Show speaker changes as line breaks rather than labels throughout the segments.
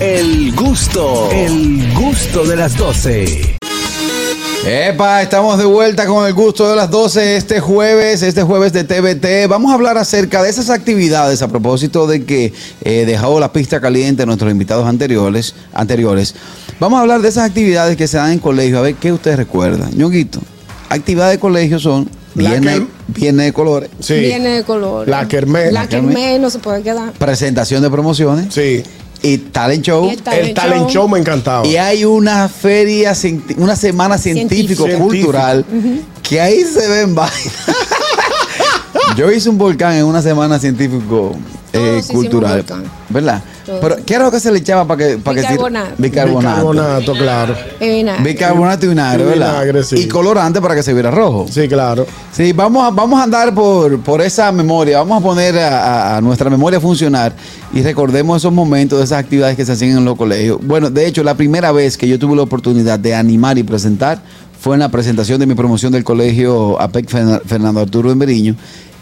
El gusto, el gusto de las 12.
Epa, estamos de vuelta con el gusto de las 12 este jueves, este jueves de TVT. Vamos a hablar acerca de esas actividades a propósito de que eh, dejado la pista caliente a nuestros invitados anteriores, anteriores. Vamos a hablar de esas actividades que se dan en colegio, a ver qué ustedes recuerdan. Ñonguito, actividades de colegio son
La
viernes,
que-
viernes de colores,
Sí.
Viene de color.
La Kermés.
La
La
Kermés.
Kermés no se puede quedar.
presentación de promociones
Sí.
y talent show.
Y el
el talent show me encantaba.
Y hay una feria, cienti- una semana
Científico.
científico-cultural que ahí se ven vainas. Yo hice un volcán en una semana
Todos hicimos
científico-cultural.
volcán.
¿Verdad?
Todos.
Pero, ¿qué era lo que se le echaba para que, para que tire-
Bicarbonato.
Bicarbonato.
Bicarbonato, claro.
Eh, vinagre.
Bicarbonato y vinagre,
Y
¿verdad?
vinagre, sí.
Y colorante para que se viera rojo.
Sí, claro.
Sí, vamos a, vamos a andar por, por esa memoria, vamos a poner a, a- a nuestra memoria a funcionar y recordemos esos momentos de esas actividades que se hacían en los colegios. Bueno, de hecho, la primera vez que yo tuve la oportunidad de animar y presentar fue en la presentación de mi promoción del colegio APEC Fern- Fernando Arturo de Meriño.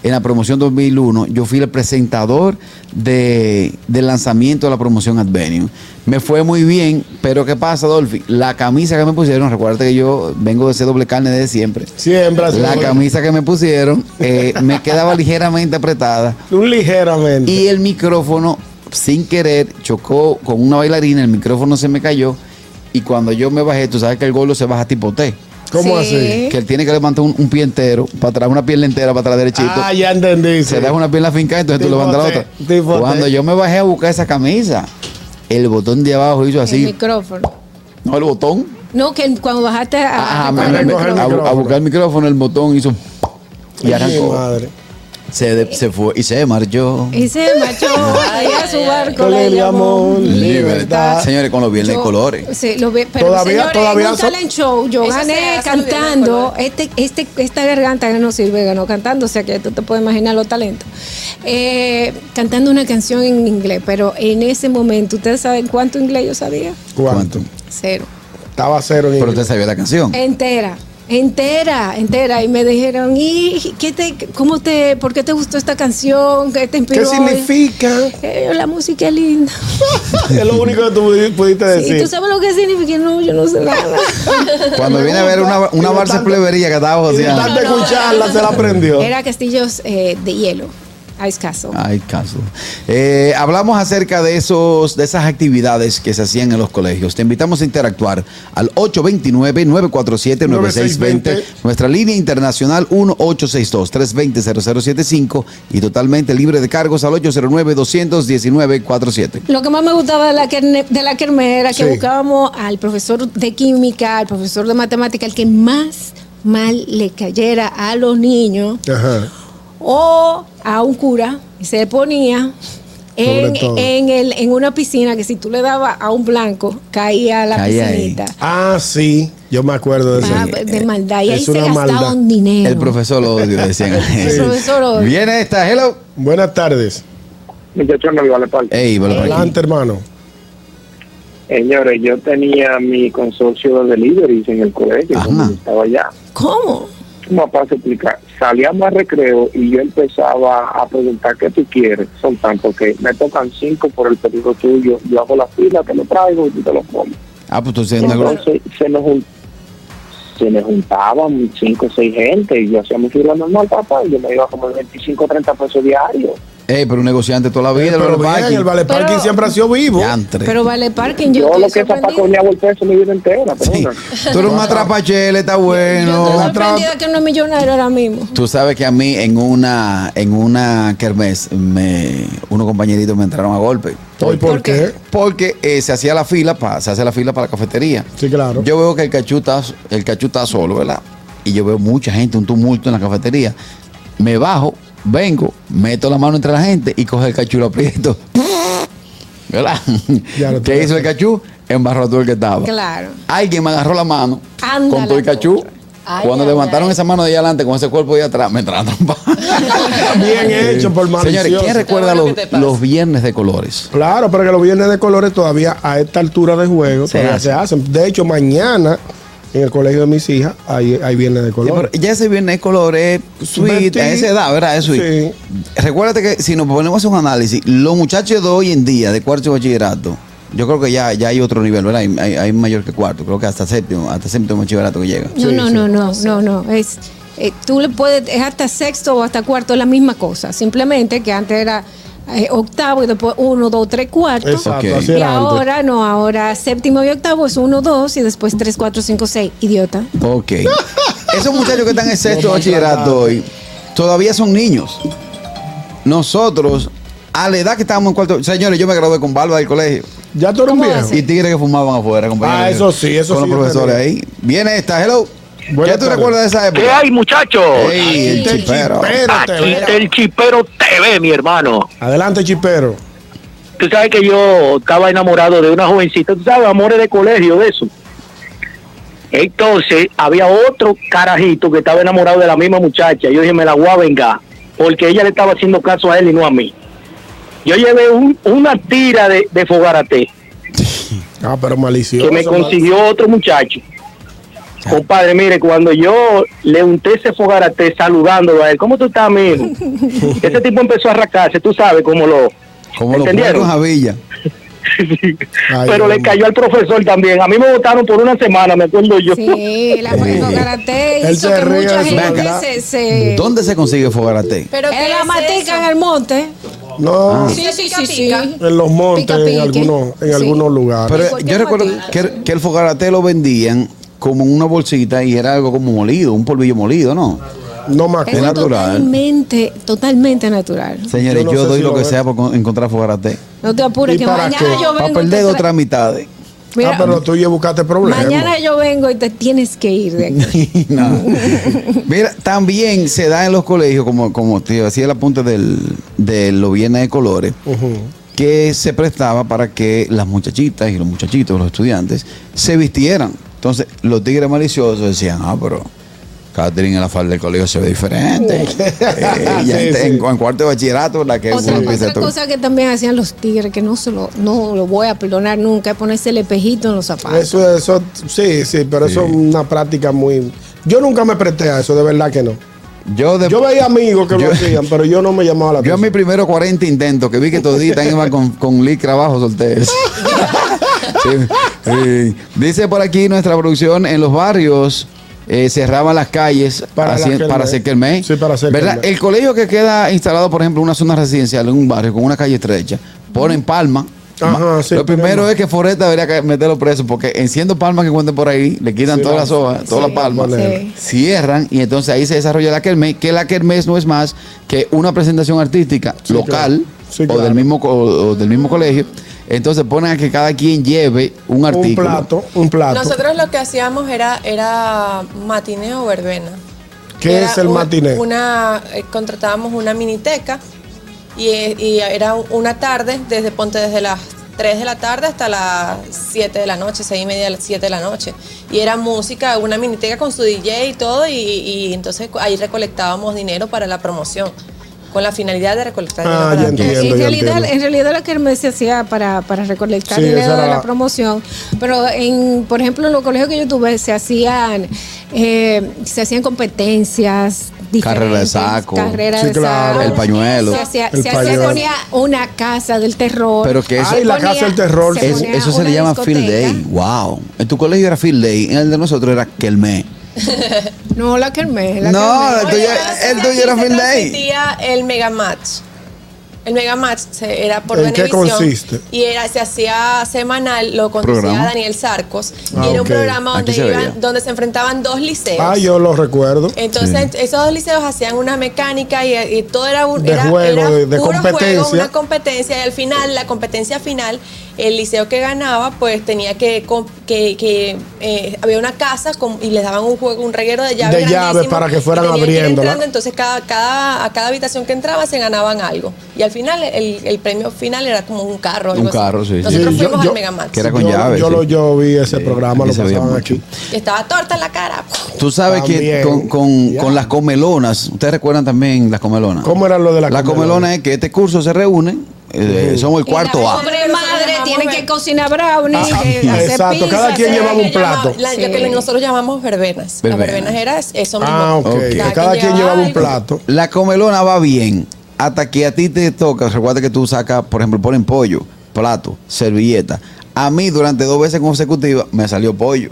En la promoción 2001, yo fui el presentador de, del lanzamiento de la promoción Advenium. Me fue muy bien, pero ¿qué pasa, Dolphy? La camisa que me pusieron, recuerda que yo vengo de ser doble carne desde siempre.
Siempre así.
La camisa que me pusieron eh, me quedaba ligeramente apretada
Un ligeramente.
y el micrófono, sin querer, chocó con una bailarina, el micrófono se me cayó y cuando yo me bajé, tú sabes que el golo se baja tipo T,
¿Cómo
Sí.
así?
que él tiene que levantar un, un pie entero, para atrás, una pierna entera para atrás derechito.
Ah, ya entendí.
se
sí.
deja una pierna finca, entonces tú
Tipo
levantas la
T,
otra.
tipo T.
Cuando yo me bajé a buscar esa camisa, el botón de abajo hizo
El
así,
micrófono.
no el botón,
No, que cuando bajaste
Ajá,
a, a
me-
recoger
me-
el
me-
micrófono.
a, bu- a buscar el micrófono, el botón hizo y
Ay,
arrancó.
madre.
Se, de- se fue y se marchó.
Y se marchó ahí a su barco.
Con
le
el
llamó
amor, libertad.
Señores, con los viernes de
Yo-
colores.
Sí, lo ve- pero
Todavía-
señores,
todavía
en un
son-
talent show yo
Eso se
gané
hace bien de
cantando.
color.
Este, este, esta garganta que no sirve, ganó cantando, o sea que tú te puedes imaginar los talentos. Eh, cantando una canción en inglés, pero en ese momento, ¿ustedes saben cuánto inglés yo sabía?
¿Cuánto?
Cero.
Estaba cero en
Pero
inglés.
usted sabía la canción.
Entera. Entera, entera. Y me dijeron, ¿y qué te, cómo te, por qué te gustó esta canción? ¿Qué te
¿Qué
inspiró?
significa?
Eh, la música es linda.
es lo único que tú pudi- pudiste
¿Y tú
decir.
sabes lo que significa? No, yo no sé nada.
Cuando viene a ver una, una
Y
Barça
tanto-
plebería que estaba
Y de tanto
joseando.
escucharla, se la aprendió.
Era castillos eh, de hielo. Ice Castle.
Ah.
Ay, caso. Eh, hablamos acerca de esos, de esas actividades que se hacían en los colegios. Te invitamos a interactuar al 829-947-9620,
9620.
nuestra línea internacional 1-862-320-0075 y totalmente libre de cargos al 809-219-47.
Lo que más me gustaba de la, querne- de la quermera era que
Sí.
buscábamos al profesor de química, al profesor de matemática, el que más mal le cayera a los niños
Ajá.
o a un cura y se ponía en,
Sobre todo.
en el, en una piscina que si tú le dabas a un blanco caía a la
Caía ahí.
piscinita
Ah, sí. Yo me acuerdo de
Ah,
eso.
de maldad y
eh, Es
ahí se
una
gastaba
maldad.
un dinero.
El profesor lo odio, decían.
El profesor odio.
Viene esta, hello.
Buenas tardes.
Muchachos, no le vale palta.
Ey, vale por aquí.
Adelante, hermano.
Señores, yo tenía mi consorcio de deliveries en el colegio,
Ajá.
cuando yo estaba allá.
¿Cómo?
Mi papá se explica, salíamos al recreo y yo empezaba a preguntar qué tú quieres. Son tantos que me tocan cinco por el pedido tuyo, yo hago la fila, te lo traigo y tú te lo comes.
Ah, pues tú siendo
Entonces se nos, jun- se nos juntaban cinco o seis gente y yo hacía mi fila normal, papá, y yo me iba como de 25 o 30 pesos diarios.
Ey, pero un negociante toda la vida,
Pero
el
bien,
Barbaiki.
el Vale Parking
Pero-
siempre ha sido vivo.
Diantre.
Pero vale parking, yo,
Yo, lo
estoy
que
sorprendida.
zapaconeaba el peso mi vida entera, pero
Sí.
bueno.
Tú eres un matrapachele, está
Yo estoy
bueno.
sorprendida que no es millonario ahora mismo.
Tú sabes que a mí en una en una kermés me unos compañeritos me entraron a golpe.
¿Y por qué?
Porque eh, se hacía la fila para se hace la fila para la cafetería.
Sí, claro.
Yo veo que el cachú está, el cachú está solo, ¿verdad? Y yo veo mucha gente, un tumulto en la cafetería. Me bajo, vengo, meto la mano entre la gente y coge el cachú y lo aprieto. ¿Verdad?
Ya lo
¿Qué
tengo.
hizo el cachú? Embarró a todo el que estaba.
Claro.
Alguien me agarró la mano
Ándala,
con todo el cachú.
pobre.
Ay,
Cuando
ay,
levantaron
ay.
esa mano de allá adelante con ese cuerpo de allá atrás, me entraron pa.
Bien hecho, por malicioso.
Señores, ¿quién recuerda
Todo
los,
lo que te pasa.
los viernes de colores?
Claro, pero que los viernes de colores todavía a esta altura de juego
Se
todavía
hace.
se hacen. De hecho, mañana en el colegio de mis hijas hay, hay viernes de
Sí, pero
colores.
ya ese viernes de colores, sweet,
Vestí.
a esa edad, ¿verdad? Es sweet. Recuérdate que si nos ponemos a hacer un análisis, los muchachos de hoy en día, de cuarto de bachillerato, Yo creo que ya, ya hay otro nivel, ¿verdad? Hay, hay- hay mayor que cuarto, creo que hasta séptimo, hasta séptimo bachillerato que llega.
No,
Sí,
no,
sí.
no, no, no, no. Es, eh, tú le puedes, es hasta sexto o hasta cuarto la misma cosa. Simplemente que antes era eh, octavo y después uno, dos, tres, cuarto.
Exacto,
Ok.
así
Y
era antes.
ahora no, ahora séptimo y octavo es uno, dos y después tres, cuatro, cinco, seis. Idiota.
Ok. Esos muchachos que están en sexto
Los
bachillerato hoy todavía son niños. Nosotros, a la edad que estábamos en cuarto. Señores, yo me gradué con barba del colegio.
Ya tú eres un
¿Cómo
viejo.
hace?
Y tigres que fumaban afuera, compañero.
Ah, eso sí, eso
Con
sí,
los
yo
profesores
también.
ahí. Viene esta, hello.
Buenas
¿Qué tú
tardes.
recuerdas de esa
¿Qué
época?
hay, muchachos?
¡Ey, el
Aquí,
chipero!
chipero.
Aquí
TV.
el Chipero TV, mi hermano.
Adelante, chipero.
Tú sabes que yo estaba enamorado de una jovencita, tú sabes, amores de colegio, de eso. Entonces, había otro carajito que estaba enamorado de la misma muchacha. Yo dije, me la voy a vengar, porque ella le estaba haciendo caso a él y no a mí. Yo llevé un- una tira de, de fogarate
Ah, pero malicioso.
que me consiguió otro muchacho. Compadre, mire, cuando yo le unté ese fogarate saludándolo a él, ¿cómo tú estás, amigo? ese tipo empezó a arracarse, tú sabes, como lo...
Como los
¿entendieron?
puercos a Villa.
Ay,
Pero le
hombre.
cayó al profesor también. A mí me votaron por una semana, me acuerdo yo.
Sí, la
Eh.
karate
Él
hizo
se
que
ríe
mucha
de su
gente
maldad.
se, se-
¿Dónde se consigue Fogarate?
Pero
en la matica en el monte.
Ah.
No,
Sí, sí, sí, sí.
en los montes,
Pica, pique.
en algunos, en
Sí.
algunos lugares.
Pero
cualquier
yo recuerdo
patita.
que, que el Fogarate lo vendían como en una bolsita y era algo como molido, un polvillo molido, ¿no?
no más Ah,
Es
Es natural.
totalmente, totalmente natural.
Señores,
Yo
yo,
no sé
doy
si
lo
lo
que
veo.
sea por con- encontrar Fogarate.
No te apures
¿Y
que
para
mañana
qué?
yo vengo.
Para
y te
perder
tra-
otras mitades.
Mira,
ah, pero tú ya buscaste problemas.
mañana yo vengo y te tienes que ir de aquí.
No. Mira, también se da en los colegios, como, como te hacía el apunte del, de los viernes de colores,
Ujú.
que se prestaba para que las muchachitas y los muchachitos, los estudiantes, se vistieran. Entonces, los tigres maliciosos decían, ah, pero Catherine en la falda del colegio se ve diferente. Eh, ya
Sí,
en,
sí.
en- en cuarto de bachillerato, la que
Otra,
uno empieza
otra
a to-
cosa que también hacían los tigres, que no, se lo, no lo voy a perdonar nunca, es ponerse el espejito en los zapatos.
Eso, eso, sí, sí, pero eso es una práctica muy. Yo nunca me presté a eso, de verdad que no.
Yo, de-
Yo veía amigos que
Yo-
lo hacían, pero yo no me llamaba
yo
la
en
atención.
mis primeros 40 intentos que vi que toditas iban con, con licra abajo, solté eso. Sí. Sí. Dice por aquí nuestra producción en los barrios. eh, cerraban las calles
Para
para,
la Kermés.
para hacer Kermés.
Sí, para hacer
¿Verdad?
Kermés.
El colegio que queda instalado, por ejemplo, en una zona residencial, en un barrio con una calle estrecha, ponen palma.
Ajá,
Ma-
sí,
Lo primero
tenemos.
es que Foresta debería ca- meterlo preso, porque enciendo palmas que cuenten por ahí, le quitan
Sí,
todas
la-
las hojas, todas
sí,
las palmas,
sí.
cierran y entonces ahí se desarrolla la Kermés, que la Kermés no es más que una presentación artística
Sí,
local
claro. Sí,
o
claro.
del mismo mismo co- o del mismo colegio. Entonces ponen a que cada quien lleve un
Un
artículo.
plato, un plato.
Nosotros lo que hacíamos era, era matineo o verbena.
¿Qué
Era
es el
un-
matiné?
Una, eh, contratábamos una miniteca y, eh, y era una tarde, desde ponte desde las 3 de la tarde hasta las 7 de la noche, 6 y media, 7 de la noche. Y era música, una miniteca con su DJ y todo, y, y entonces cu- ahí recolectábamos dinero para la promoción, con la finalidad de recolectar dinero
Ah,
para
ya
la
entiendo.
promoción.
Eh, en,
yo
realidad,
entiendo.
en realidad la kermés se hacía para, para recolectar
Sí, esa
dinero
era
de
la-
la promoción, pero en, por ejemplo en los colegios que yo tuve se hacían eh, se hacían competencias
Carrera de
diferentes,
saco.
carrera
Sí,
de
claro.
saco.
El pañuelo.
se hacía,
El
se hacía-
pañuelo.
ponía una casa del terror
Pero que eso,
Ay, la casa del terror.
es-
ponía
eso se
una
le llama field
discoteca.
day. Wow. En tu colegio era field day, en el de nosotros era Kelme.
no la kermés la
No,
kermés.
el tuyo,
Oye, pero
el
sí,
tuyo
aquí
era
se
field day.
transmitía el Mega Match. El Mega Match se- era por
¿En qué
Venevisión
consiste?
Y era, se hacía semanal, lo conducía
Programa.
Daniel Sarcos.
Ah,
y
ok.
era un programa donde,
Aquí se
iban-
veía.
donde se enfrentaban dos liceos.
Ah, yo lo recuerdo.
Entonces, esos dos liceos hacían una mecánica y, y todo era un
De
era-
juego,
era
de- de
puro
competencia.
Juego, una competencia. Y al final, la competencia final, el liceo que ganaba, pues tenía que. com- que, que, eh, había una casa con- y les daban un juego, un reguero de llaves.
De llaves
grandísimo,
para que fueran
y tenían ir
abriéndola.
entrando, entonces, cada, cada, a cada habitación que entraba se ganaban algo. Y al final, el, el premio final era como un carro. algo
Un
así.
carro, sí, sí.
Nosotros
Sí, yo-
fuimos
yo-
al Megamax.
que era con
yo,
llaves,
Yo,
sí.
lo, yo vi ese programa,
aquí
lo
Eh, se veía
pasaban
mucho.
aquí.
Y estaba torta en la cara.
Tú sabes que
También.
con, con-
Ya.
con las comelonas, ustedes recuerdan también las comelonas.
¿Cómo era lo de la
La comelona,
comelona
es que este curso se reúne, eh, somos el cuarto A.
Pobre madre, tienen que cocinar brownie,
Ah,
que
ah,
hacer
exacto, cada
pizza,
quien
hacer-
llevaba un
Lo que llama-
plato.
la- Lo que
Sí.
nosotros llamamos verbenas.
Verbenas.
Las verbenas era eso mismo.
Ah, ok.
Ok.
Cada, quien llevaba un
algo.
plato.
La comelona va bien hasta que a ti te toca. Recuerda que tú sacas, por ejemplo, ponen pollo, plato, servilleta. A mí, durante dos veces consecutivas, me salió pollo.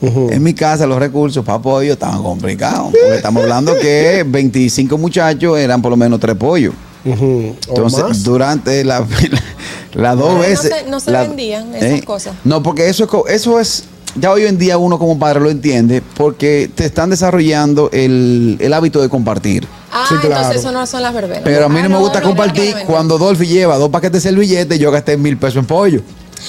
En mi casa los recursos para pollo estaban complicados. Porque estamos hablando que 25 muchachos eran por lo menos tres pollos.
Ujú. ¿O
Entonces,
más?
durante la, la- las dos
Ah, no
veces.
se- no se
la- ¿Eh?
vendían esas cosas.
No, porque eso es, co- eso es. Ya hoy en día uno como padre lo entiende porque te están desarrollando el, el hábito de compartir.
Ah,
Sí, claro.
entonces eso no son las verbenas.
Pero a mí
Ah,
no me gusta
no, no,
compartir.
no, no, no.
Cuando Dolphy lleva dos paquetes de servilletes, yo gasté mil pesos en pollo.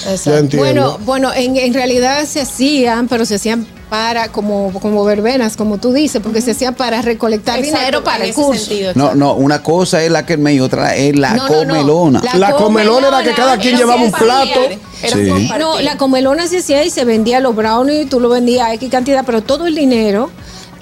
Ya
Exacto.
entiendo.
Bueno, bueno, en, en realidad se hacían, pero se hacían para como, como verbenas, como tú dices, porque se hacían para recolectar
Exacto,
dinero para
en
el
ese
curso.
sentido,
No,
exacto.
no, una cosa es la que me y otra es la
No, no, no.
comelona.
La comelona era que cada
era
quien
si
llevaba
era
un plato.
familiar, era
Sí.
compartir.
No, la comelona se hacía y se vendía los brownies, tú lo vendías a X cantidad, pero todo el dinero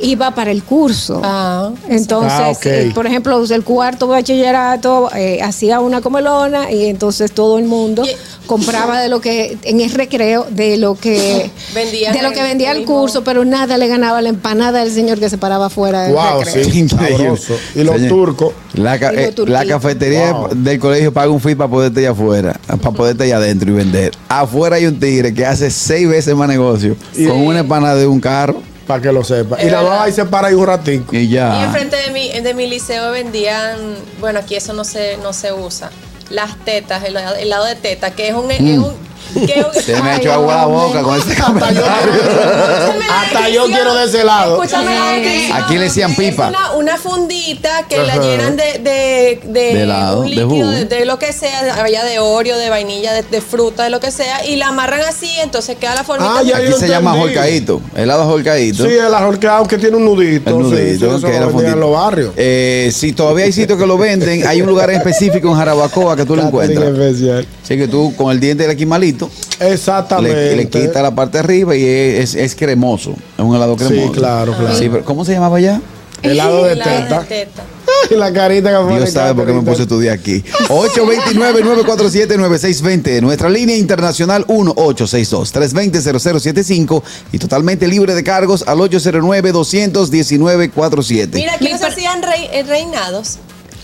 iba para el curso.
Ah,
Entonces,
Ah, ok.
eh, por ejemplo, el cuarto bachillerato eh, hacía una comelona y entonces todo el mundo
Y-
compraba de lo que en el recreo de lo que
Vendían
de lo
el-
que vendía
el
el
mismo.
curso, pero nada le ganaba la empanada del señor que se paraba fuera del
Wow,
recreo.
sí.
Increíble.
Sabroso. Y los
Señor,
turcos.
La, ca-
Y los
eh,
turquitos.
la cafetería
Wow.
del colegio paga un fee para poderte allá afuera, para poderte allá adentro y vender. Afuera hay un tigre que hace seis veces más negocio con una empanada de un carro
Para que lo sepa.
Es
y la
verdad.
mamá ahí se para ahí un ratico.
y
Y
ya.
enfrente de mi, de mi liceo vendían, bueno, aquí eso no se, no se usa, las tetas, el, el lado de teta, que es un... es
Mm.
un- que es un-
Se me ha
Ay,
hecho agua la
hombre.
boca con ese
Hasta yo quiero,
Escúchame la
hasta yo
descripción,
quiero de ese lado.
escúchame la descripción.
Aquí le decían
Es
pipa.
Una, una fundita que la
Ajá.
llenan de, de, de,
De helado,
un
de
líquido,
jugo.
de, de lo que sea, había de oreo, de vainilla, de, de fruta, de lo que sea, y la amarran así, entonces queda la formita.
Ah, ya,
Aquí
yo
se llama
entendí.
jorcaíto, helado jorcaíto.
Sí, el ajorqueado que tiene un nudito.
El
sí, sí,
nudito,
eso
que
lo
era
vendían
fundito.
en los barrios.
Eh, si todavía hay sitios que lo venden, hay un lugar específico en Jarabacoa que tú lo
Catering
encuentras.
especial.
Así que tú con el diente del aquí malito,
Exactamente.
le, le quita la parte de arriba y es, es- es cremoso. Es un helado
Sí,
cremoso.
claro, claro.
Sí, pero ¿Cómo se llamaba ya?
Helado de
El lado
teta.
de teta.
Y la carita que pone
Dios sabe por qué me
Catherine.
puse tu día aquí. 829-947-9620. Nuestra línea internacional 1-862-320-0075 y totalmente libre de cargos al 809-219-47.
Mira, aquí no se hacían rei- eh, reinados.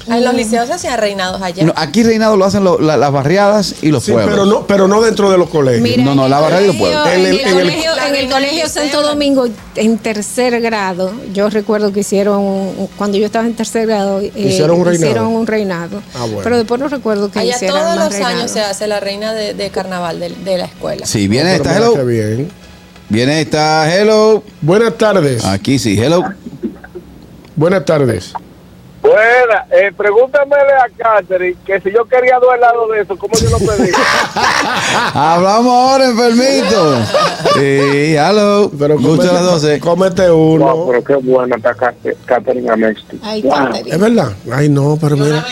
En los liceos se hacían reinados allá.
No, aquí Reinado lo hacen lo- la- las barriadas y los
Sí,
pueblos.
pero no, pero no dentro de los colegios.
Mira,
No, no,
en
la
el
barra del
colegio-
pueblo.
En el,
En el- en el-
colegio, en el colegio Santo Domingo, en tercer grado, yo recuerdo que hicieron, un- cuando yo estaba en tercer grado, eh,
Hicieron un reinado.
hicieron un reinado.
Ah, bueno.
Pero después no recuerdo que
Allá
hicieron
todos
más
los
reinado.
años se hace la reina de, de carnaval de, de la escuela.
Sí, viene
Pero
esta,
mira qué
hello.
bien.
Viene esta, hello.
Buenas tardes.
Aquí sí, hello.
Buenas tardes.
Bueno, eh, pregúntamele a Catherine que si yo quería dos helados de eso, ¿cómo yo lo pedí?
Hablamos ahora, enfermito. Sí, hello.
Pero
Gusto a
cómete-
las 12.
Cómete
wow,
uno.
pero qué buena está Cate- Catherine Amesti.
Ay,
Wow.
Catherine.
Es verdad. Ay, no, pero mira.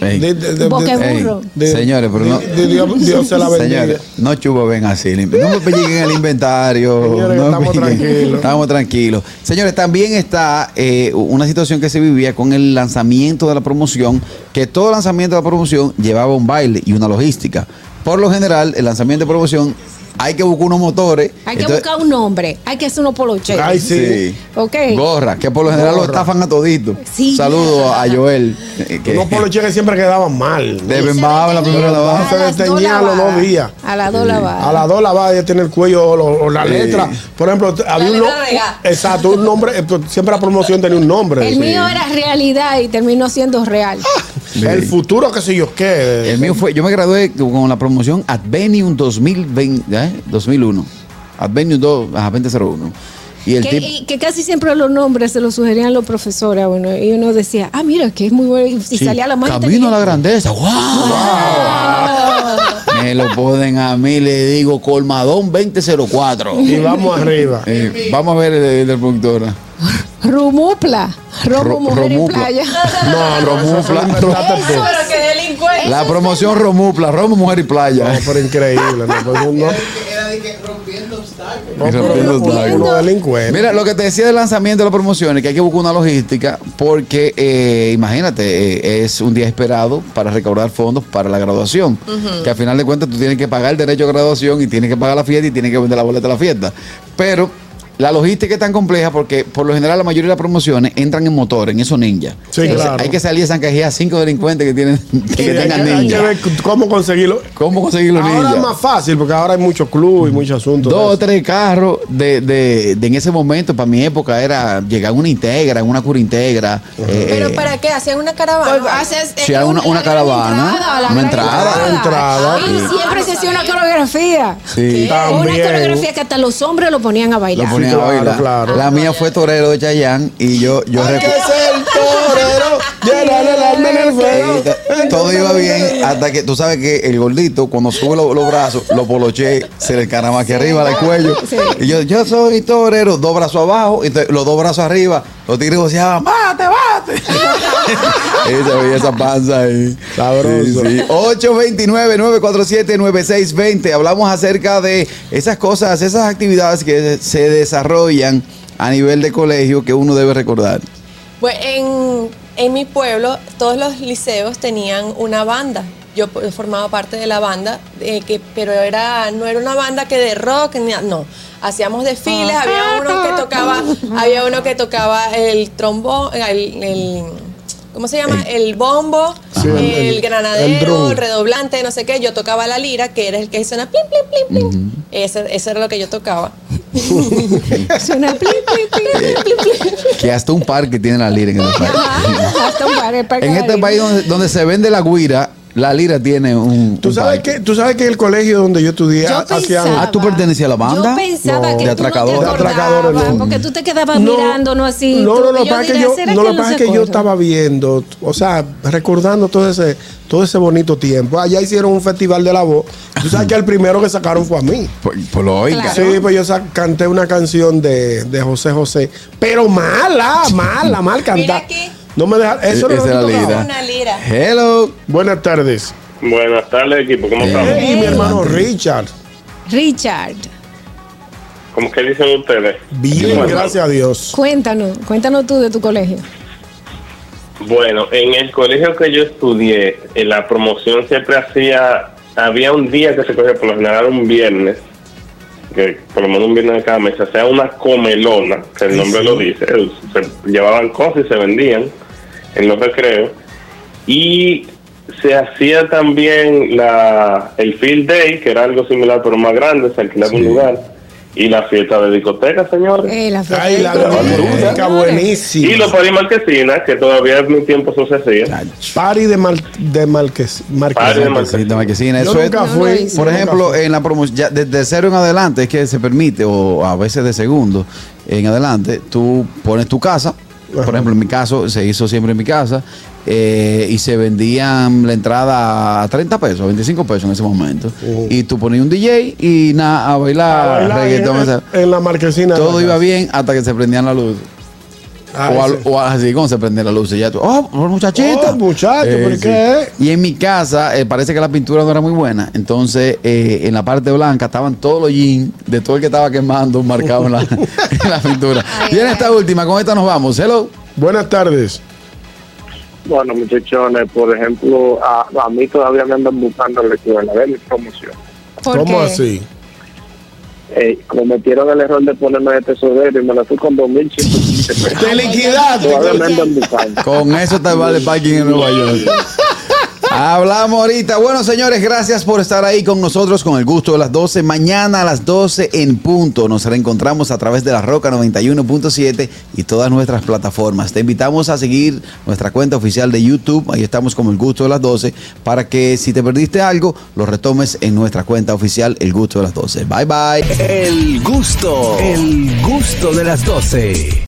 Ey,
Di- di- di-
Boca
di-
de burro.
di-
Señores, pero
di-
no-
di- Dios, Dios se la bendiga.
Señores, no chupo ven así. lim- No me pellizquen el inventario.
Señores,
no me
estamos
pellizquen.
tranquilos.
Estamos tranquilos. Señores, también está eh, una situación que se vivía con el lanzamiento de la promoción, que todo lanzamiento de la promoción llevaba un baile y una logística. Por lo general, el lanzamiento de promoción hay que buscar unos motores.
Hay que
entonces-
buscar un nombre, hay que hacer unos polocheros.
Ay, sí.
Ok.
Gorra, que por lo general lo estafan a todito.
Sí.
Saludo a Joel. eh, que-
Unos poloches que siempre quedaban mal.
de Ben Baba, la primera
A
lavada.
se
las dos
desteñían los dos
lavadas.
días.
A las dos lavadas.
A las dos la va a tener el cuello o, lo- o la
Sí.
letra. Por ejemplo, había un,
letra
no-
regada.
exacto, un nombre. eh, Siempre la promoción tenía un nombre.
El
Sí.
mío era realidad y terminó siendo real.
Ah,
El futuro, qué sé yo qué.
El mío fue, yo me gradué con la promoción Advenium 2020, ¿eh? 2001. Advenium 2, ajá, 2001. Y el
que,
tip,
y que casi siempre los nombres se los sugerían los profesores a uno, y uno decía, ah, mira, que es muy bueno, y
sí,
salía la más
Camino a la
inteligente.
grandeza, ¡Wow!
"Ah,
Me lo ponen a mí, le digo Colmadón 2004.
Y vamos arriba.
Eh, vamos a ver el, el del productor.
Rumupla, Romo
Ro-
Mujer y
Romupla.
Playa.
No, no, eso se lo
Romufla.
inventaste tú.
Pero qué delincuente.
La eh, promoción Romupla, Romo, Mujer y
No,
Playa.
pero increíble. No, pues uno, No, pero
Rompiendo
uno-
obstáculos.
uno delincuente.
Mira, lo que te decía del lanzamiento de las promociones, que hay que buscar una logística, porque eh, imagínate, eh, es un día esperado para recaudar fondos para la graduación. Que al final de cuentas tú tienes que pagar el derecho a graduación y tienes que pagar la fiesta y tienes que vender la boleta de la fiesta. Pero La logística es tan compleja porque por lo general la mayoría de las promociones entran en motor, en esos ninja.
Sí, claro.
Hay que salir a zancajear a cinco delincuentes que tienen que
Sí, hay
tengan
que- hay que
ninja.
ver cómo conseguirlo.
¿Cómo conseguir los
Ahora
ninjas?
es más fácil porque ahora hay muchos clubes y muchos asuntos. de
Dos o
eso.
tres carros de, de- de en ese momento, para mi época, era llegar una integra, una cura integra. eh,
¿Pero para qué? ¿Hacían una caravana?
Pues haces
Sí, hay una- una caravana, una entrada.
Una entrada,
Y
sí.
siempre se hacía una coreografía.
sí,
Una
También.
coreografía que hasta los hombres lo ponían a
lo
bailar.
ponía
Sí,
a
claro,
bailar.
claro.
La mía fue torero de Chayán y yo, yo
Hay que
recu-
ser torero, llenar el alma en el fuego.
Eh, Todo iba bien hasta que tú sabes que el gordito, cuando sube lo- los brazos, los poloché, se le encara más que arriba del cuello. Y yo, yo soy torero, dos brazos abajo, y te- los dos brazos arriba, los tigres voceaban, ¡mate, mate! y se veía esa panza ahí.
Sabroso.
Sí, sí. 829-947-9620. Hablamos acerca de esas cosas, esas actividades que se desarrollan a nivel de colegio que uno debe recordar.
Bueno, Pues en, en mi pueblo todos los liceos tenían una banda. Yo po- formaba parte de la banda, eh, que, pero era no era una banda que de rock, ni a- no. Hacíamos desfiles, había uno que tocaba, había uno que tocaba el trombón, eh, el, el- ¿cómo se llama? El bombo,
Sí,
el,
el- el- el
granadero,
drum.
el redoblante, no sé qué. Yo tocaba la lira, que era el que hizo una plim, plim, plim, plim. Ese, ese era lo que yo tocaba.
Suena pli, pli, pli, pli, pli, pli.
Que hasta un parque tiene la lira en el país.
Ajá, hasta un bar, el parque
En
de
este
la
país
lira.
donde, donde se vende la guira, la lira tiene un.
¿Tú
un
sabes,
parque.
que, tú sabes que el colegio donde yo estudié
Yo
hacían.
pensaba-
Ah, tú pertenecías a la banda.
Yo pensaba
No. de
que tú no te
atracadores.
De atracadores,
acordabas,
no.
porque tú te quedabas mirando, no así.
No,
tú-
no, lo
yo
pasa es que
diré,
yo,
¿será
no, lo
él
pasa
se
es que yo
acuerda?
estaba viendo, o sea, recordando todo ese, todo ese bonito tiempo. Allá hicieron un festival de la voz. Tú sabes que el primero que sacaron fue a mí.
Por, por lo oiga.
Claro.
Sí, pues yo sa- canté una canción de, de José José, pero mala, mala, mal
Mira
cantada.
aquí.
No me deja, eso no
e- Esa
lo
era la
tocaba.
lira.
Una lira.
Hello.
Buenas tardes.
Buenas tardes, equipo. ¿Cómo
Bien.
estamos?
Hey, mi hermano Richard.
Richard,
¿Cómo que dicen ustedes?
Bien,
Bueno,
gracias a Dios.
cuéntanos, cuéntanos tú de tu colegio.
Bueno, en el colegio que yo estudié, en la promoción siempre hacía, había un día que se cogía, por lo general un viernes, que por lo menos un viernes de cada mes, se hacía una comelona, que el nombre lo dice, el- se llevaban cosas y se vendían en los recreos, y se hacía también la, el field day, que era algo similar pero más grande, se alquilaba un lugar, y la fiesta de discoteca, señores.
Eh, la fiesta
Ay,
de
la
colores.
¿eh?
música buenísima.
Y los paris marquesinas, que todavía en mi tiempo eso se hacía.
Party de, mal, de Marques.
Party de Marques.
Marquesina, Marquesina,
Yo
Eso es,
nunca fui.
No lo hice.
por
Nunca
ejemplo,
fui.
en la promoción, ya desde cero en adelante es que se permite, o a veces de segundo en adelante, tú pones tu casa.
Ajá.
Por ejemplo, en mi caso, se hizo siempre en mi casa eh, y se vendían la entrada a 30 pesos, a 25 pesos en ese momento.
Ujú.
Y tú ponías un DJ y nada, a bailar,
Uh. A bailar ¿eh?
reggaetón, o sea,
en, en la marquesina. de
Todo
la
iba
casa.
bien hasta que se prendían la luz.
Ah,
o, al-
ese.
o así como se prende la luz y ya tú, oh, muchachita. Eh,
Oh, muchacho, ¿por qué? eh?
Y en mi casa eh, parece que la pintura no era muy buena. Entonces, eh, en la parte blanca estaban todos los jeans de todo el que estaba quemando marcados en la, en la pintura. Viene esta última, con esta nos vamos. Hello.
Buenas tardes.
Bueno, muchachones, por ejemplo, a, a mí todavía me andan buscando en la escuela, ver mi promoción.
¿Por
¿Cómo
qué?
así?
Eh, cometieron el error de ponerme de tesorero y me la fui con 2.115 pesos.
Te liquidaste.
Todavía me andan buscando.
Con eso te vale parking en Nueva York. Hablamos ahorita. Bueno, señores, gracias por estar ahí con nosotros con el gusto de las 12. Mañana a las 12 en punto nos reencontramos a través de la Roca 91.7 y todas nuestras plataformas. Te invitamos a seguir nuestra cuenta oficial de YouTube. Ahí estamos como el gusto de las 12 para que si te perdiste algo, lo retomes en nuestra cuenta oficial, el gusto de las 12. Bye bye.
El gusto, el gusto de las 12.